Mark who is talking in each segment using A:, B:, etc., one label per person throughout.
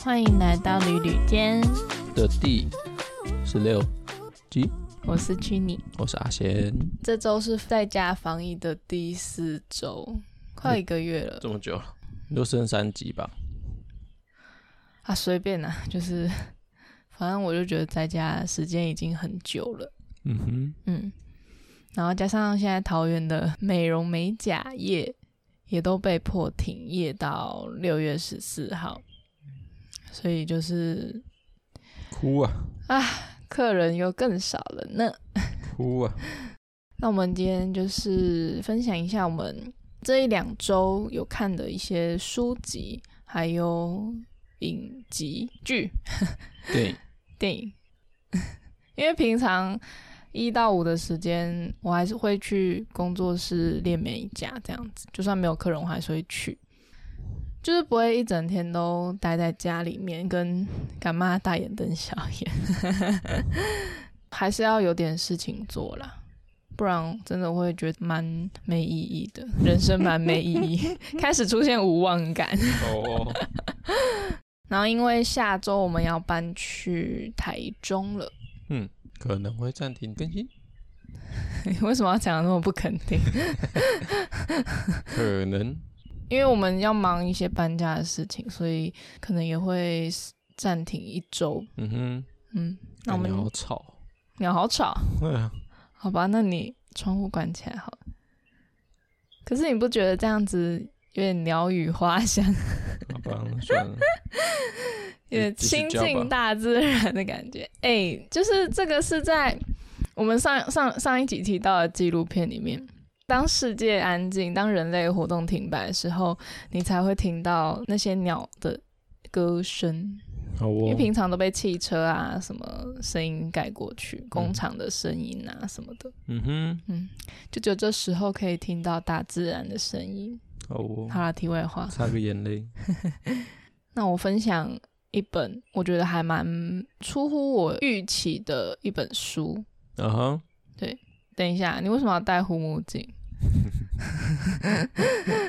A: 欢迎来到旅旅间，
B: 的第十六集，
A: 我是曲妮。
B: 我是阿贤。
A: 这周是在家防疫的第四周，快一个月了
B: 这么久了，就剩三集吧。
A: 啊！随便啦、就是反正我就觉得在家的时间已经很久了，
B: 嗯哼，
A: 嗯，然后加上现在桃园的美容美甲业也都被迫停业到六月十四号，所以就是
B: 哭啊
A: 客人又更少了呢。
B: 哭啊！
A: 那我们今天就是分享一下我们这一两周有看的一些书籍，还有影集、剧、
B: 对，
A: 电影。 因为平常一到五的时间，我还是会去工作室练美甲，这样子，就算没有客人，我还是会去。就是不会一整天都待在家里面，跟干妈大眼瞪小眼， 还是要有点事情做啦，不然真的会觉得蛮没意义的，人生蛮没意义， 开始出现无望感。
B: 哦，
A: 然后因为下周我们要搬去台中了，
B: 可能会暂停更新，
A: 为什么要讲的那么不肯定？
B: 可能
A: 因为我们要忙一些搬家的事情，所以可能也会暂停一周。
B: 嗯哼，
A: 嗯，那我们
B: 感觉好吵。
A: 鸟好吵，
B: 对 啊，
A: 好吧？那你窗户关起来好了。可是你不觉得这样子有点鸟语花香，
B: 好吧，那算了。
A: 有点亲
B: 继续教吧
A: 近大自然的感觉？哎、就是这个是在我们上上上一集提到的纪录片里面，当世界安静，当人类活动停摆的时候，你才会听到那些鸟的歌声。
B: 好
A: 因为
B: 哦，
A: 平常都被汽车啊什么声音盖过去，工厂的声音啊什么的，
B: 嗯哼，
A: 嗯，就只有这时候可以听到大自然的声音。
B: 好
A: 好
B: 哦，
A: 啦，题外话，
B: 擦个眼泪。
A: 那我分享一本我觉得还蛮出乎我预期的一本书。
B: 啊哈，
A: 等一下，你为什么要戴护目镜？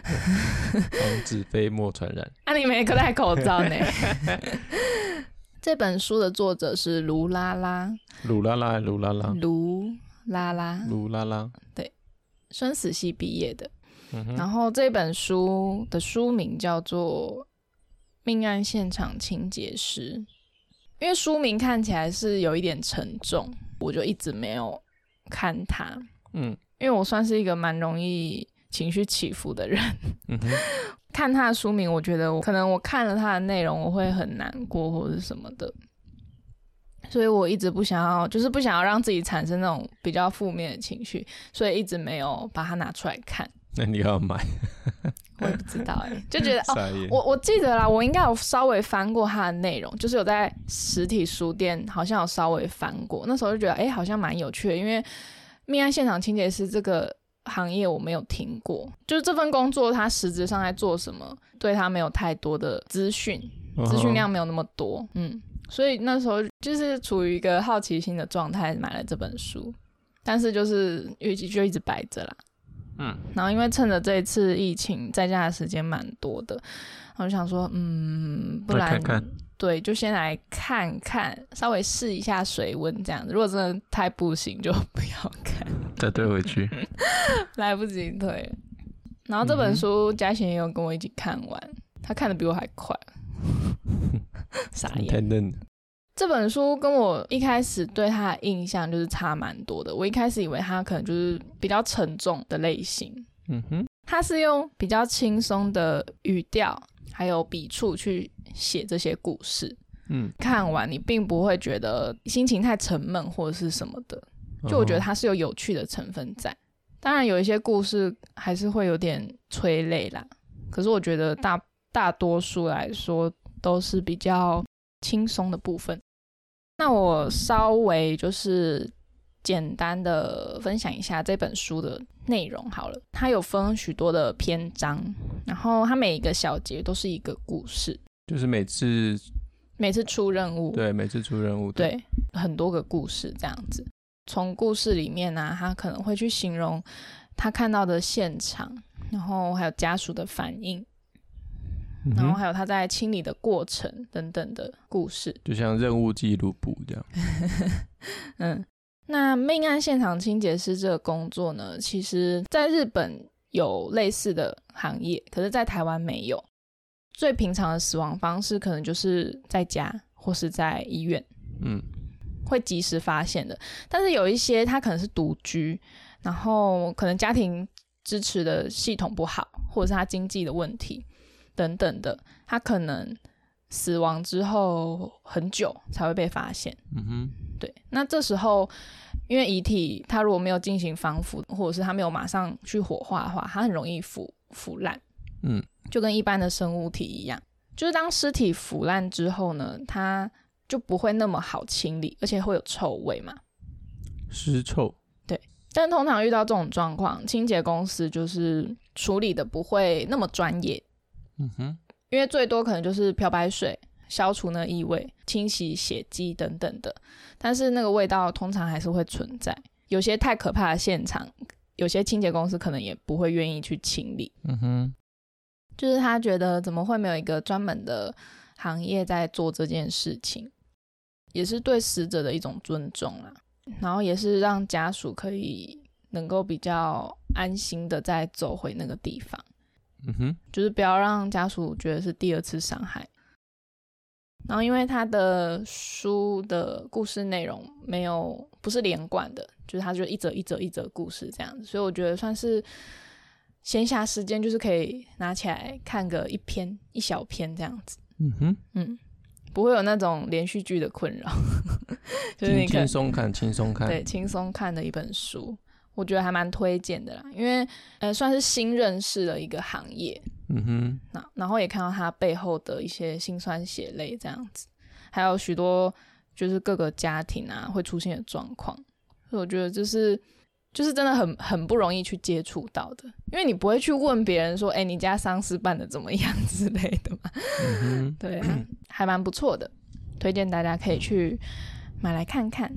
B: 防止飞沫传染。
A: 啊，你没戴口罩 呢？这本书的作者是卢拉拉，
B: 鲁拉拉，鲁拉拉，
A: 卢拉拉，
B: 鲁拉拉。
A: 生死系毕业的。
B: 嗯哼，
A: 然后这本书的书名叫做《命案现场清洁师》，因为书名看起来是有一点沉重，我就一直没有看它，
B: 嗯
A: 因为我算是一个蛮容易情绪起伏的人。
B: 嗯哼，
A: 看他的书名，我觉得我可能我看了他的内容，我会很难过或者什么的，所以我一直不想要，就是不想要让自己产生那种比较负面的情绪，所以一直没有把它拿出来看。
B: 那你要买？
A: 我也不知道哎、就觉得哦，
B: 傻眼。
A: 我我记得啦，我应该有稍微翻过它的内容，就是有在实体书店好像有稍微翻过，那时候就觉得哎、诶好像蛮有趣的，因为命案现场清洁师这个行业我没有听过，就是这份工作它实质上在做什么，对它没有太多的资讯，
B: 哦嗯
A: 资讯量没有那么多，嗯，所以那时候就是处于一个好奇心的状态买了这本书，但是就是预计就一直摆着啦。
B: 嗯，
A: 然后因为趁着这一次疫情在家的时间蛮多的，我就想说，嗯，不
B: 来
A: 然
B: 看看
A: 对，就先来看看，稍微试一下水温这样子。如果真的太不行，就不要看，
B: 再退回去。
A: 来不及退了。然后这
B: 嗯
A: 本书嘉贤也有跟我一起看完，他看的比我还 快， 傻
B: 你
A: 眼
B: 太。嫩了。
A: 这本书跟我一开始对它的印象就是差蛮多的。我一开始以为它可能就是比较沉重的类型，
B: 嗯哼，
A: 它是用比较轻松的语调还有笔触去写这些故事。
B: 嗯，
A: 看完你并不会觉得心情太沉闷或者是什么的，
B: 嗯
A: 就我觉得它是有有趣的成分在。当然有一些故事还是会有点催泪啦，可是我觉得大大多数来说都是比较轻松的部分。那我稍微就是简单的分享一下这本书的内容好了。它有分许多的篇章，然后它每一个小节都是一个故事，
B: 就是每次
A: 每次出任务，
B: 对每次出任务，
A: 对，很多个故事这样子。从故事里面呢、他可能会去形容他看到的现场，然后还有家属的反应，
B: 嗯
A: 然后
B: 哼，
A: 还有他在清理的过程等等的故事。
B: 就像任务记录簿这样。
A: 嗯，那命案现场清洁师这个工作呢，其实在日本有类似的行业，可是在台湾没有。最平常的死亡方式可能就是在家或是在医院
B: 嗯，
A: 会及时发现的，但是有一些他可能是独居，然后可能家庭支持的系统不好，或者是他经济的问题等等的，他可能死亡之后很久才会被发现。
B: 嗯哼，
A: 对，那这时候因为遗体它如果没有进行防腐，或者是它没有马上去火化的话，它很容易腐腐烂，
B: 嗯，
A: 就跟一般的生物体一样。就是当尸体腐烂之后呢，它就不会那么好清理，而且会有臭味嘛。
B: 尸臭。
A: 但通常遇到这种状况，清洁公司就是处理的不会那么专业，
B: 嗯哼，
A: 因为最多可能就是漂白水消除那异味、清洗血迹等等的，但是那个味道通常还是会存在。有些太可怕的现场，有些清洁公司可能也不会愿意去清理，
B: 嗯哼，
A: 就是他觉得怎么会没有一个专门的行业在做这件事情，也是对死者的一种尊重啦，然后也是让家属可以能够比较安心的再走回那个地方。
B: 嗯哼，
A: 就是不要让家属觉得是第二次伤害。然后，因为他的书的故事内容没有不是连贯的，就是他就一则一则一则故事这样子，所以我觉得算是闲暇时间就是可以拿起来看个一篇一小篇这样子，
B: 嗯哼，
A: 嗯，不会有那种连续剧的困扰， 就是你
B: 轻
A: 可
B: 轻松看，轻松看。
A: 对，轻松看的一本书，我觉得还蛮推荐的啦，因为呃算是新认识的一个行业，
B: 嗯哼，
A: 那然后也看到他背后的一些辛酸血泪这样子，还有许多就是各个家庭啊会出现的状况，所以我觉得这是就是真的很很不容易去接触到的，因为你不会去问别人说，哎、你家丧事办的怎么样之类的嘛，
B: 嗯哼，
A: 对、啊，还蛮不错的，推荐大家可以去买来看看。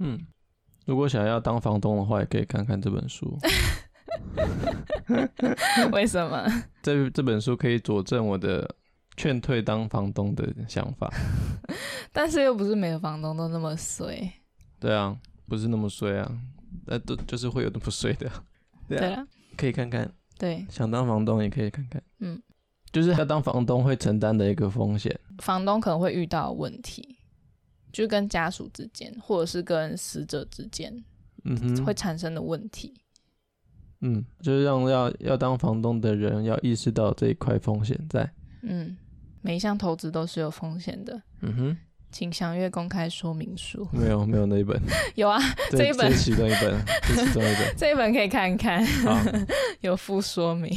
B: 嗯。如果想要当房东的话，也可以看看这本 书。
A: 为什么？
B: 这这本书可以佐证我的劝退当房东的想法。
A: 但是又不是每个房东都那么衰，
B: 对啊，不是那么衰啊，呃，都就是会有那么衰的。对
A: 对
B: 啊，
A: 啦，
B: 可以看看，
A: 对，
B: 想当房东也可以看看。
A: 嗯，
B: 就是要当房东会承担的一个风险。
A: 房东可能会遇到的问题，就是跟家属之间，或者是跟死者之间
B: 嗯哼，
A: 会产生的问题。
B: 嗯，就是让要要当房东的人要意识到这一块风险在。
A: 嗯，每一项投资都是有风险的，
B: 嗯哼，
A: 请详阅公开说明书。
B: 没有没有那一本，
A: 有啊，这一本
B: 这其中一本，这其中一 本。
A: 这一本可以看看，
B: 好，
A: 有附说明。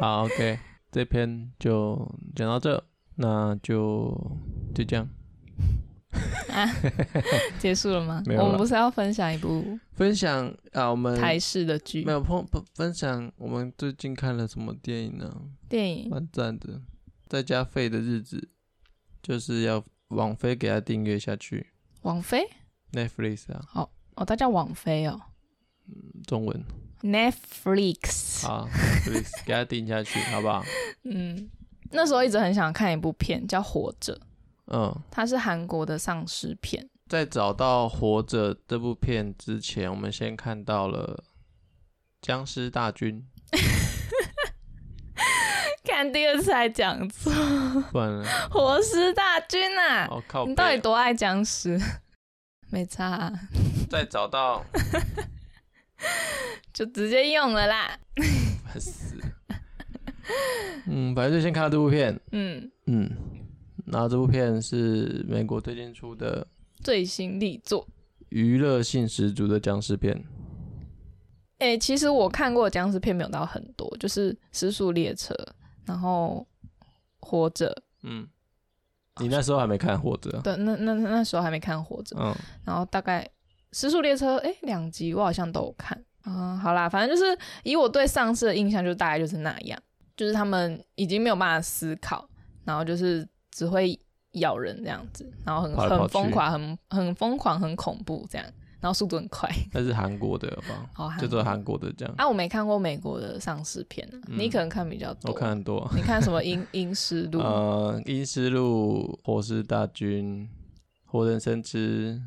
B: 好，OK，这篇就讲到这，那就就这样。
A: 结束了吗？
B: 没有了
A: 我们不是要分享一部
B: 分享啊，我们
A: 台式的剧、
B: 没有碰不分享，我们最近看了什么电影呢？
A: 电影？
B: 蛮赞的，在家废的日子，就是要网飞给他订阅下去
A: 网飞
B: ，Netflix 啊，
A: 哦，它叫网飞哦
B: 中文
A: ，Netflix。
B: 啊，Netflix 给他订下去，好不好？
A: 嗯，那时候一直很想看一部片叫《活着》，
B: 嗯，
A: 它是韩国的丧尸片。
B: 在找到《活着》这部片之前，我们先看到了僵尸大军，
A: 看第二次还讲错，
B: 不然呢？
A: 活尸大军啊！
B: 哦靠
A: 你到
B: 背
A: 底
B: 哦！
A: 多爱僵尸？ 没差啊、
B: 再找到，
A: 就直接用了啦。
B: 烦死了。 嗯，反正就先看到这部片，
A: 嗯，
B: 嗯，然后这部片是美国最近出的
A: 最新力作。
B: 娱乐性十足的僵尸片，
A: 诶、其实我看过的僵尸片没有到很多，就是《失速列车》，然后《活着
B: 嗯，你那时候还没看《活着》》啊，
A: 对，那那那那时候还没看《活着》，
B: 嗯，
A: 然后大概《失速列车》诶、两集我好像都有看。嗯，好啦，反正就是以我对丧尸的印象，就大概就是那样，就是他们已经没有办法思考，然后就是只会咬人这样子，然后很
B: 跑来跑
A: 很
B: 去
A: 疯狂，很很疯狂，很恐怖这样，然后速度很快。
B: 那是韩国的吧？
A: 好，韩
B: 就
A: 国
B: 是韩国的这样。
A: 啊，我没看过美国的丧尸片、啊
B: 嗯
A: 你可能看比较多。
B: 我看很多，
A: 你看什么阴阴尸路？
B: 呃，《阴尸路》《活尸大军》《活人生之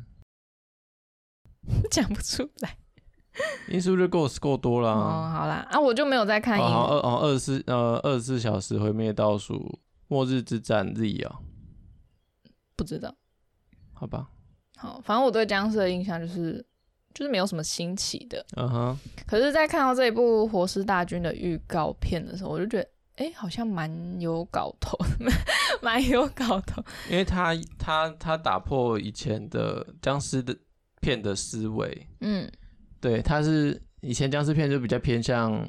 A: 讲不出来。》，
B: 《阴尸路》就够够多啦。
A: 哦，好啦，啊，我就没有在看
B: 嗯哦，
A: 英
B: 好
A: 文。
B: 二哦二十四呃二十四小时毁灭倒数，末日之战 Z 啊、
A: 不知道。
B: 好吧，
A: 好，反正我对僵尸的印象就是就是没有什么新奇的。
B: 嗯哼，
A: 可是，在看到这一部《活尸大军》的预告片的时候，我就觉得，哎、好像蛮有搞头的， 蛮有搞头。
B: 因为他他他打破以前的僵尸的片的思维，
A: 嗯，
B: 对，他是以前僵尸片就比较偏向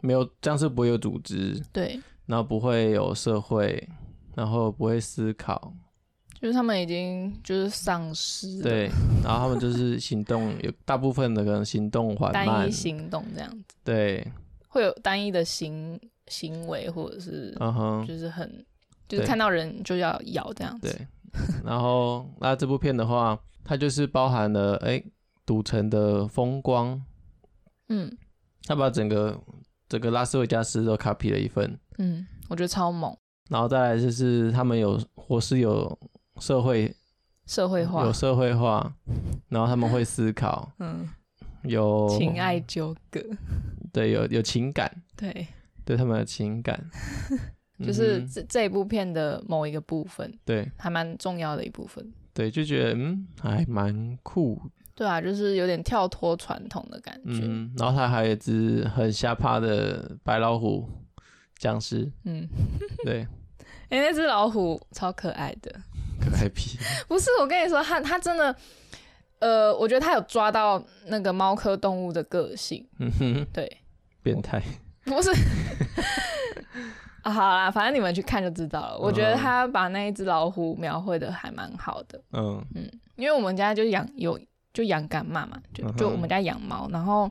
B: 没有僵尸不会有组织，
A: 对，
B: 然后不会有社会，然后不会思考，
A: 就是他们已经就是丧尸了，
B: 对，然后他们就是行动有大部分的可能行动缓
A: 单
B: 慢
A: 一，行动这样子，
B: 对，
A: 会有单一的行行为，或者是
B: 嗯哼，
A: 就是很就是
B: 对
A: 看到人就要咬这样子。
B: 对，然后那这部片的话，它就是包含了哎赌城的风光，
A: 嗯
B: 它把整个整个拉斯维加斯都 copy 了一份，
A: 嗯，我觉得超猛，
B: 然后再来就是他们有活是有社会
A: 社会化
B: 嗯有，社会化，然后他们会思考，
A: 嗯，
B: 有
A: 情爱纠葛，
B: 对有有情感，
A: 对，
B: 对他们有情 感，
A: 就是
B: 嗯哼
A: 这这一部片的某一个部分，
B: 对
A: 还蛮重要的一部分。
B: 对，就觉得嗯还蛮酷
A: 对啊，就是有点跳脱传统的感觉。嗯
B: 嗯，然后他还有一只很吓怕的白老虎僵尸， 对，
A: 哎、嗯那只老虎超可爱的。
B: 可 爱皮，
A: 不是，我跟你说，它它真的，呃，我觉得它有抓到那个猫科动物的个性。
B: 嗯哼，
A: 对，
B: 变态，
A: 不是。 啊、好啦，反正你们去看就知道了。我觉得他把那一只老虎描绘的还蛮好的，
B: 嗯
A: 因为我们家就养有就养干妈嘛，就
B: 嗯哼
A: 就我们家养猫，然后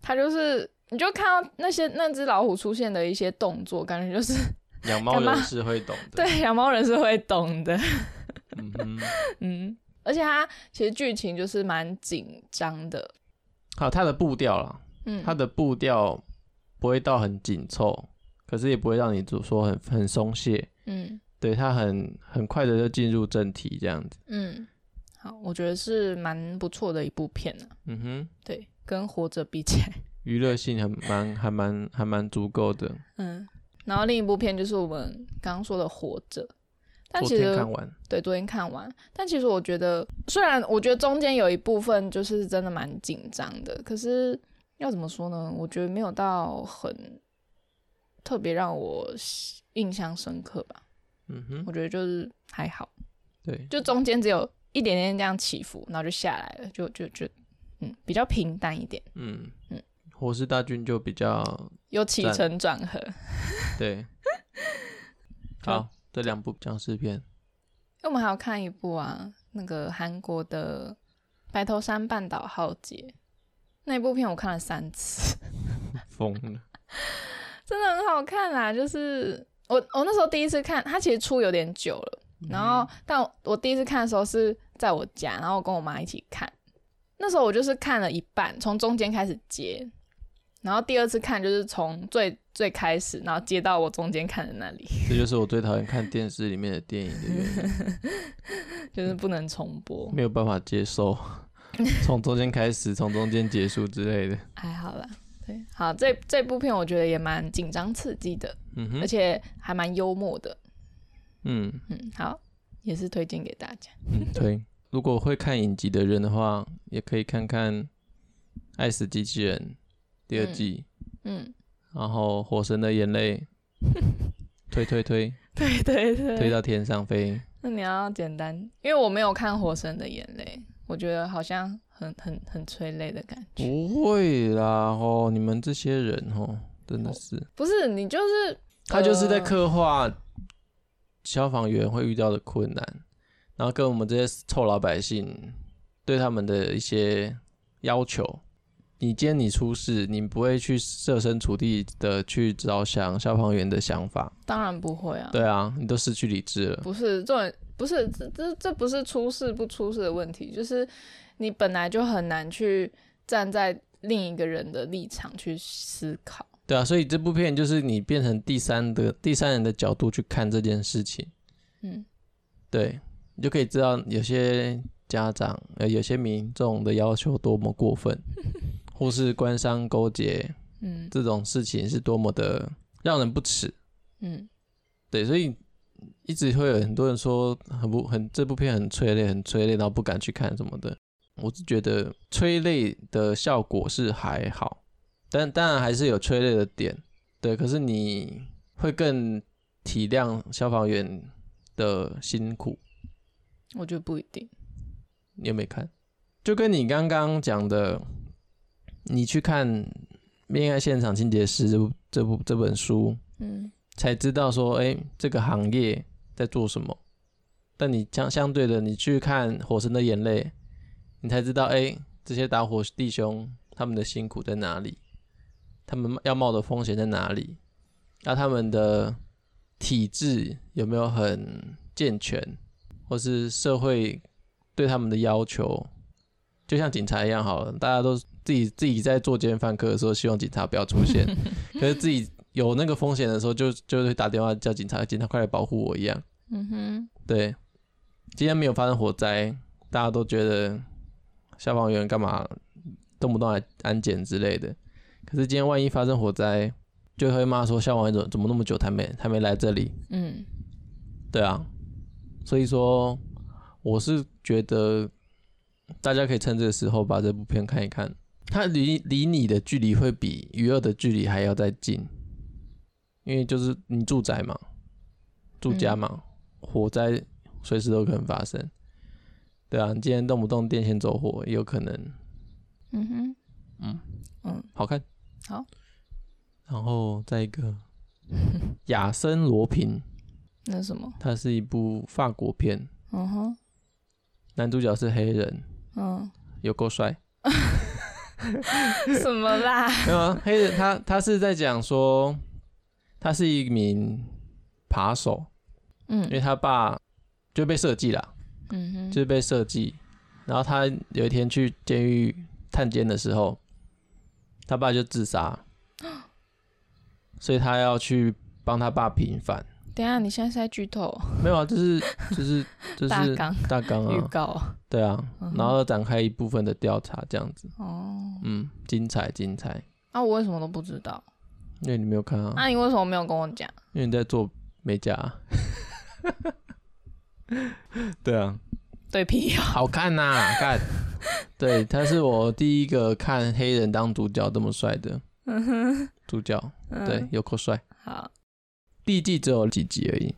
A: 它就是你就看到那些那只老虎出现的一些动作，感觉就是
B: 养猫
A: 干嘛
B: 人士会懂的，
A: 对养猫人是会懂的，
B: 嗯哼，
A: 嗯，而且它其实剧情就是蛮紧张的，
B: 好，它的步调啦，
A: 嗯，
B: 它的步调不会到很紧凑，可是也不会让你就说很很松懈，
A: 嗯
B: 对，它很很快的就进入正题这样子，
A: 嗯，好，我觉得是蛮不错的一部片啊，
B: 嗯哼，
A: 对，跟活着比起来。
B: 娱乐性还蛮还蛮还蛮足够的，
A: 嗯，然后另一部片就是我们刚刚说的《活着》，但
B: 昨
A: 其
B: 天
A: 实
B: 看完，
A: 对昨天看完，但其实我觉得，虽然我觉得中间有一部分就是真的蛮紧张的，可是要怎么说呢？我觉得没有到很特别让我印象深刻吧。
B: 嗯哼，
A: 我觉得就是还好，
B: 对，
A: 就中间只有一点点这样起伏，然后就下来了，就就就嗯比较平淡一点，
B: 嗯
A: 嗯
B: 嗯，火势大军就比较
A: 有起
B: 赞
A: 承转合。
B: 对，
A: 就
B: 好，这两部僵尸片，
A: 因为我们还有看一部啊，那个韩国的《白头山半岛浩劫》那部片，我看了三次，
B: 疯了，
A: 真的很好看啦。就是我我那时候第一次看，它其实出有点久了，
B: 嗯
A: 然后但我我第一次看的时候是在我家，然后我跟我妈一起看。那时候我就是看了一半，从中间开始接，然后第二次看就是从最最开始，然后接到我中间看的那里，
B: 这就是我最讨厌看电视里面的电影的原因，
A: 就是不能重播。
B: 没有办法接受， 从中间开始，从中间结束之类的。
A: 还好啦，对，好，这这部片我觉得也蛮紧张刺激的，
B: 嗯
A: 而
B: 哼，
A: 且还蛮幽默的，
B: 嗯
A: 嗯，好，也是推荐给大家。
B: 嗯，对。如果会看影集的人的话，也可以看看《爱死机器人》第二
A: 嗯
B: 季，
A: 嗯，
B: 然后《火神的眼泪》推推推
A: 对对
B: 推
A: 对，
B: 到天上飞，
A: 那你要简单，因为我没有看《火神的眼泪》，我觉得好像很很很催泪的感觉。
B: 不会啦哦，你们这些人哦，真的是。
A: 不是你就是
B: 他就是在
A: 呃
B: 刻画消防员会遇到的困难，然后跟我们这些臭老百姓对他们的一些要求。你今天你出事，你不会去设身处地的去着想消防员的想法，
A: 当然不会啊，
B: 对啊，你都失去理智了。
A: 不是这种，不是这这这不是出事不出事的问题，就是你本来就很难去站在另一个人的立场去思考。
B: 对啊，所以这部片就是你变成第三的第三人的角度去看这件事情，
A: 嗯，
B: 对你就可以知道有些家长呃有些民众的要求多么过分，或是官商勾结
A: 嗯
B: 这种事情是多么的让人不齿。
A: 嗯，
B: 对，所以一直会有很多人说很不很这部片很催泪，很催泪，然后不敢去看什么的。我是觉得催泪的效果是还好，但当然还是有催泪的点，对。可是你会更体谅消防员的辛苦，
A: 嗯我觉得不一定。
B: 你有没有看？就跟你刚刚讲的，你去看《恋爱现场清洁师》这部这部这本书，
A: 嗯
B: 才知道说，哎、这个行业在做什么。但你相相对的，你去看《火神的眼泪》，你才知道，哎、这些打火弟兄他们的辛苦在哪里，他们要冒的风险在哪里，那他们的体制有没有很健全，或是社会对他们的要求，就像警察一样好了，大家都自己自己在做奸犯科的时候，希望警察不要出现，可是自己有那个风险的时候就，就会打电话叫警察，警察快来保护我一样。
A: 嗯哼，
B: 对，今天没有发生火灾，大家都觉得消防员干嘛动不动来安检之类的。可是今天万一发生火灾，就会骂说消防员怎么怎么那么久才没还没来这里？
A: 嗯
B: 对啊，所以说我是觉得大家可以趁这个时候把这部片看一看，它离离你的距离会比《娱乐》的距离还要再近，因为就是你住宅嘛，住家嘛，火灾随时都可能发生。对啊，你今天动不动电线走火，也有可能
A: 嗯哼，
B: 嗯
A: 嗯，
B: 好看。
A: 好，
B: 然后再一个亚森罗平，
A: 那什么，
B: 它是一部法国片，
A: 嗯哼，
B: 男主角是黑人，
A: 嗯，
B: 有够帅。
A: 什么啦？
B: 没有啊， 黑人他他是在讲说，他是一名扒手，因为
A: 嗯
B: 他爸就被设计啦，
A: 嗯哼，
B: 就是被设计。然后他有一天去监狱探监的时候，他爸就自杀， 所以他要去帮他爸平反。
A: 等一下你现在是在剧透
B: 没有啊，就是就是就
A: 大
B: 是
A: 纲
B: 大纲
A: 预
B: 啊，
A: 告
B: 对啊
A: 嗯，哼
B: 然后展开一部分的调查，这样子，
A: 哦？
B: 嗯，精彩精彩，
A: 啊，我为什么都不知道？
B: 因为你没有看
A: 那、
B: 啊，
A: 你为什么没有跟我讲？
B: 因为你在做美甲、啊。 对啊，
A: 对屁哦，
B: 好看呐、看，对，他是我第一个看黑人当主角这么帅的
A: 嗯哼，
B: 主角，
A: 嗯
B: 对，，有够帅。
A: 好，
B: 第一季只有几集而已，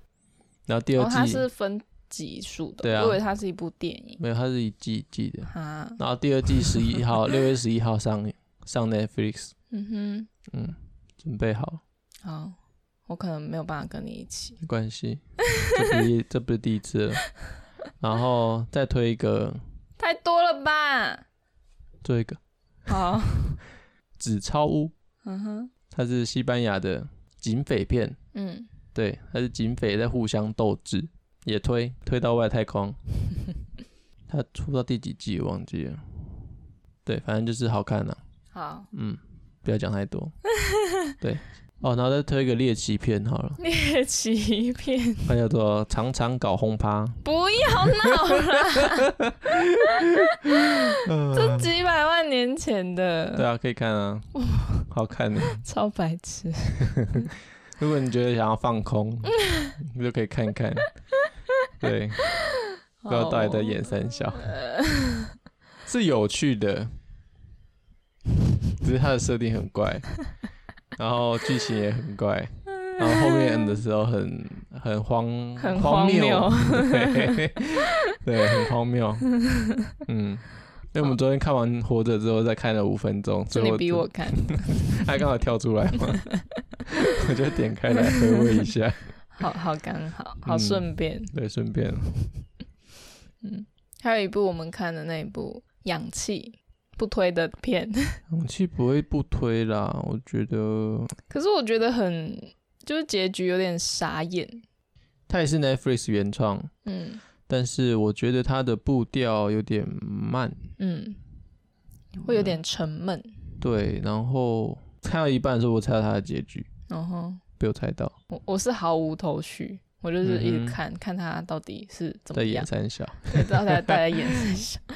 B: 然后第二
A: 哦，它
B: 季、
A: 是分集数的，
B: 对啊
A: 我以为它是一部电影
B: 没有，它是一季一季的，
A: 啊，
B: 然后第二季十一号，六月十一号上上 Netflix，
A: 嗯
B: 嗯，准备好，
A: 哼，好，我可能没有办法跟你一起，
B: 没关系，这不是这不是第一次了，然后再推一个，
A: 太多了吧？
B: 做一个《
A: 好，
B: 纸钞屋》，
A: 嗯哼，
B: 它是西班牙的警匪片，
A: 嗯，
B: 对，它是警匪在互相斗智，也推推到外太空。它出到第几季我忘记了，对，反正就是好看啦、
A: 好，
B: 嗯，不要讲太多。对，哦，然后再推一个猎奇片好了，
A: 猎奇片，
B: 它叫做《常常搞轰趴》。
A: 不要闹了， 这几百万年前
B: 对
A: 的，
B: 啊，可以看啊，好看的。
A: 超白痴，
B: 如果你觉得想要放空，你就可以看 看。对，不知道到底在演三小， 是有趣的，只是它的设定很怪，然后剧情也很怪，然后后 面的时候很很荒
A: 很荒
B: 荒 对，对，很荒谬，嗯。因为我们昨天看完《活着》之后，再看了五分钟，
A: 是
B: 最
A: 你
B: 后
A: 逼我看，
B: 他刚好跳出来 嘛，我就点开来回味一下，
A: 好好刚好，好
B: 嗯
A: 顺便，
B: 对，顺便
A: 嗯，还有一部我们看的那一部《氧气》，不推的片，
B: 勇气不会不推啦，我觉得
A: 可是我觉得很，就是结局有点傻眼。
B: 它也是 Netflix 原创，
A: 嗯
B: 但是我觉得它的步调有点慢，
A: 嗯，会有点沉闷，
B: 对，然后看到一半的时候，我猜到它的结局，
A: 然后
B: 被我猜到，
A: 我我是毫无头绪，我就是一
B: 嗯哼
A: 直看、看他到底是怎
B: 在
A: 么
B: 演
A: 样，
B: 三小，
A: 对，到底大家演什么。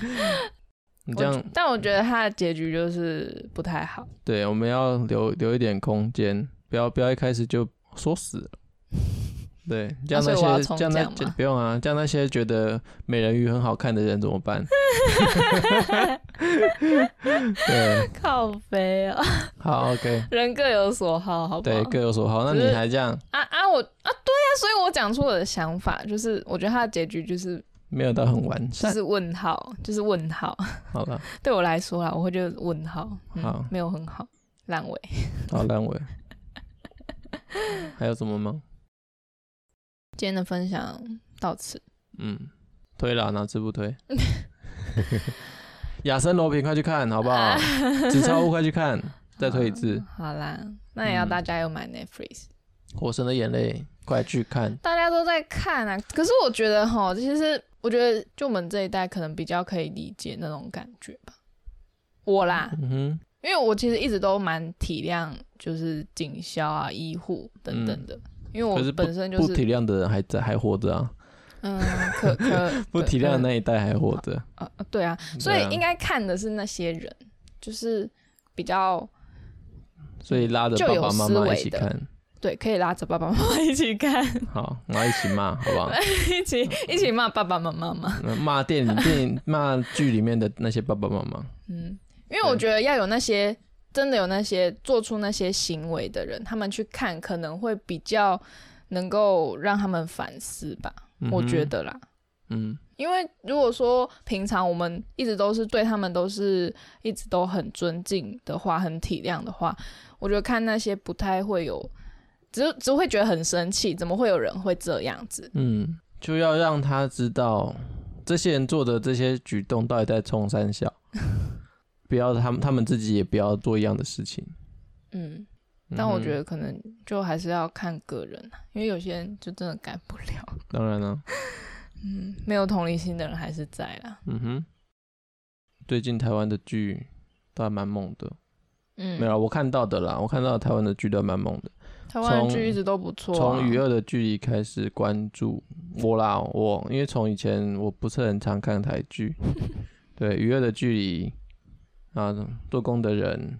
B: 你
A: 我
B: 这样
A: 觉但我觉得他的结局就是不太 好，
B: 对，我们要留留一点空间，不要不要一开始就说死了。对，这样
A: 啊所
B: 那
A: 以
B: 些、
A: 我要重
B: 这样那
A: 讲
B: 这
A: 吗
B: 不用啊，这样那些觉得美人鱼很好看的人怎么办？ 对，
A: 靠背啊，
B: 好，OK，
A: 人各有所好，好不好
B: 对，？各有所好。那
A: 只是
B: 你还这样，
A: 啊啊，我啊，对啊，所以我讲出我的想法，就是我觉得他的结局就是
B: 没有到很完
A: 就
B: 善，
A: 是问号，就是问号。
B: 好了，
A: 对我来说啦，我会觉得问号，嗯、
B: 好
A: 没有很好，烂尾。
B: 好烂尾。还有什么吗？
A: 今天的分享到此，
B: 嗯，推啦，哪支不 推？ 亚森罗平，快去看好不好？ 纸钞屋，快去看， 再推一次。
A: 啊好啦，那也要
B: 嗯
A: 大家有买 Netflix，、
B: 《火神的眼泪》，快去看。
A: 大家都在看啊。可是我觉得哈，其实我觉得就我们这一代可能比较可以理解那种感觉吧。我啦，
B: 嗯哼，
A: 因为我其实一直都蛮体谅，就是警消啊、医护等等的，因为
B: 嗯可
A: 我
B: 是
A: 本身就
B: 不
A: 是
B: 体谅的人还在还活着啊，
A: 嗯， 可可
B: 不体谅
A: 对
B: 的那一代还活着。
A: 呃呃对啊，所
B: 对啊
A: 以应该看的是那些人，就是比较
B: 所以拉着
A: 就有
B: 爸爸妈
A: 思
B: 妈
A: 维
B: 一起
A: 的
B: 看，
A: 对，可以拉着爸爸妈妈一起看，
B: 好，然后一起骂，好不 好？
A: 一起一起骂爸爸妈妈嘛，
B: 嗯骂电影、电影骂剧里面的那些爸爸妈妈。
A: 嗯，因为我觉得要有那些真的有那些做出那些行为的人，他们去看可能会比较能够让他们反思吧，
B: 嗯
A: 我
B: 哼
A: 觉，得啦。
B: 嗯，
A: 因为如果说平常我们一直都是对他们都是一直都很尊敬的话，很体谅的话，我觉得看那些不太会有，只只会觉得很生气，怎么会有人会这样子？
B: 嗯，就要让他知道这些人做的这些举动到底在冲三小， 不要他们他们自己也不要做一样的事情。
A: 嗯，但我觉
B: 得
A: 得可能就还是要看个人啊，因为有些人就真的改不了，
B: 当然了、
A: 嗯，没有同理心的人还是在啦，
B: 嗯哼，最近台湾的剧都还蛮猛的。
A: 嗯，
B: 没有啊，我看到的啦，我看到台湾的剧都蛮猛的。
A: 台湾
B: 从
A: 的剧一直都不错、啊，
B: 从《与恶的距离》开始关注我啦，我因为从以前我不是很常看台剧，对《与恶的距离》啊，《做工的人》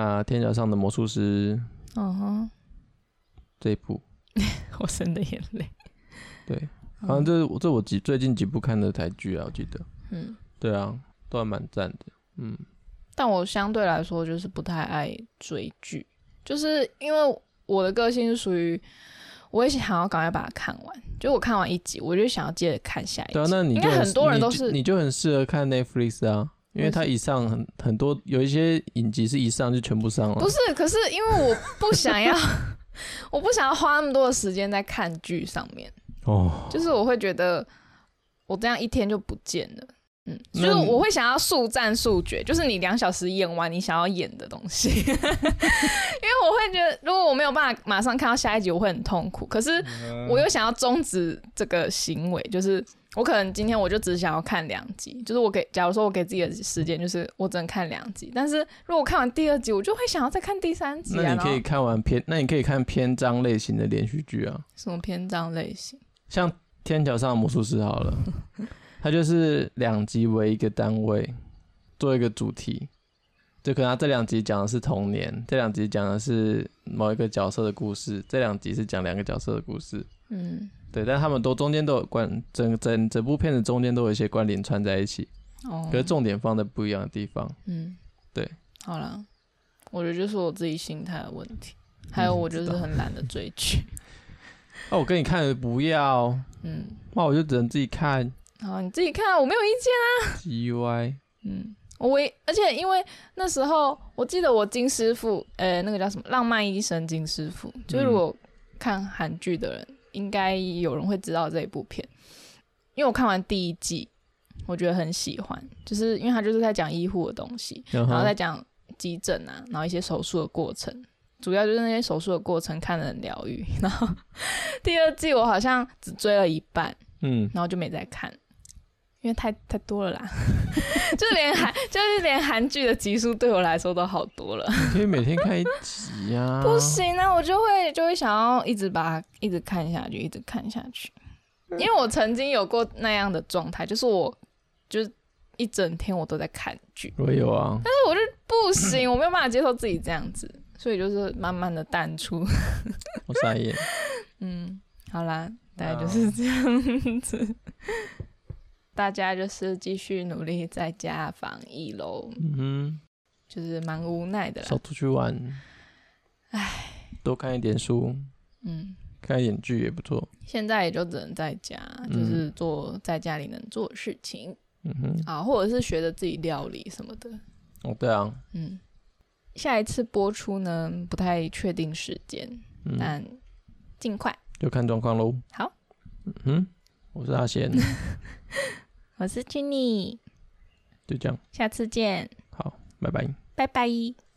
B: 啊，《天桥上的魔术师》
A: 嗯哼，
B: 这一部，
A: 我生的眼 泪，
B: 对，好像这是我这我几最近几部看的台剧啊，我记得，
A: 嗯，
B: 对啊，都还蛮赞的，嗯
A: 但我相对来说就是不太爱追剧，就是因为我的个性是属于我也想要赶快把它看完，就我看完一集，我就想要接着看下一集。
B: 对啊，那你
A: 应
B: 就
A: 该很多人
B: 你
A: 都
B: 就是你就很适合看 Netflix 啊，因为
A: 为什
B: 它
A: 么
B: 一上很很多有一些影集是一上就全部上了，
A: 不是，可是因为我不想要， 我不想要花那么多的时间在看剧上面，
B: 哦，
A: 就是我会觉得我这样一天就不见了。嗯，就
B: 那
A: 是
B: 你
A: 我会想要速战速决，就是你两小时演完你想要演的东西， 因为我会觉得如果我没有办法马上看到下一集，我会很痛苦。可是我
B: 嗯
A: 又想要终止这个行为，就是我可能今天我就只想要看两集，就是我给，假如说我给自己的时间，就是我只能看两集。但是如果我看完第二集，我就会想要再看第三集啊。
B: 那
A: 然
B: 你可
A: 后
B: 以看完篇，那你可以看篇章类型的连续剧啊，
A: 什么篇章类型？
B: 像《天桥上的魔术师》好了，它就是两集为一个单位，做一个主题。就可能它这两集讲的是童年，这两集讲的是某一个角色的故事，这两集是讲两个角色的故事。
A: 嗯，
B: 对，但他们都中间都有关，整整整部片子中间都有一些关联串在一起，
A: 哦，
B: 可是重点放在不一样的地方。
A: 嗯，
B: 对，
A: 好了，我觉得就是我自己心态的问题，还有我就是很懒得追剧。
B: 哦，我跟你看不要，
A: 嗯，
B: 那我就只能自己看
A: 好，你自己看啊，我没有意见啊。
B: G Y。
A: 嗯，我唯而且因为那时候我记得我金师傅，呃，那个叫什么《浪漫医生》金师傅，就是如果看韩剧的人，应该有人会知道这一部片，因为我看完第一季，我觉得很喜欢，就是因为他就是在讲医护的东西，
B: 然
A: 然后再讲急诊啊，然后一些手术的过程，主要就是那 些手术的过程看得很疗愈。然后第二季我好像只追了一半，
B: 嗯，
A: 然后就没再看，因为太太多了啦， 就连韩 就是连韩剧的集数对我来说都好多了，
B: 你可以每天看一集啊。
A: 不行啊，我就会就会想要一直把它一直看下去，一直看下去，因为我曾经有过那样的状态，就是我就是一整天我都在看剧，
B: 我有啊，
A: 但是我就不行，我没有办法接受自己这样子，所以就是慢慢的淡出，
B: 我傻眼。
A: 嗯，好啦，大概就是这样子。大家就是继续努力在家防疫喽，
B: 嗯
A: 就是蛮无奈的
B: 哼，
A: 啦
B: 少。出去玩，
A: 唉，
B: 多看一点书，
A: 嗯，
B: 看一点剧也不错。
A: 现在也就只能在家，
B: 嗯
A: 就是做在家里能做的事情、
B: 嗯哼，
A: 啊，或者是学着自己料理什么的。
B: 哦，对啊，
A: 嗯，下一次播出呢，不太确定时间，
B: 嗯，
A: 但尽快。
B: 就看状况喽。
A: 好，
B: 嗯哼，我是阿贤，
A: 我是 Jenny，
B: 就这样，
A: 下次见，
B: 好，拜拜。
A: 拜拜。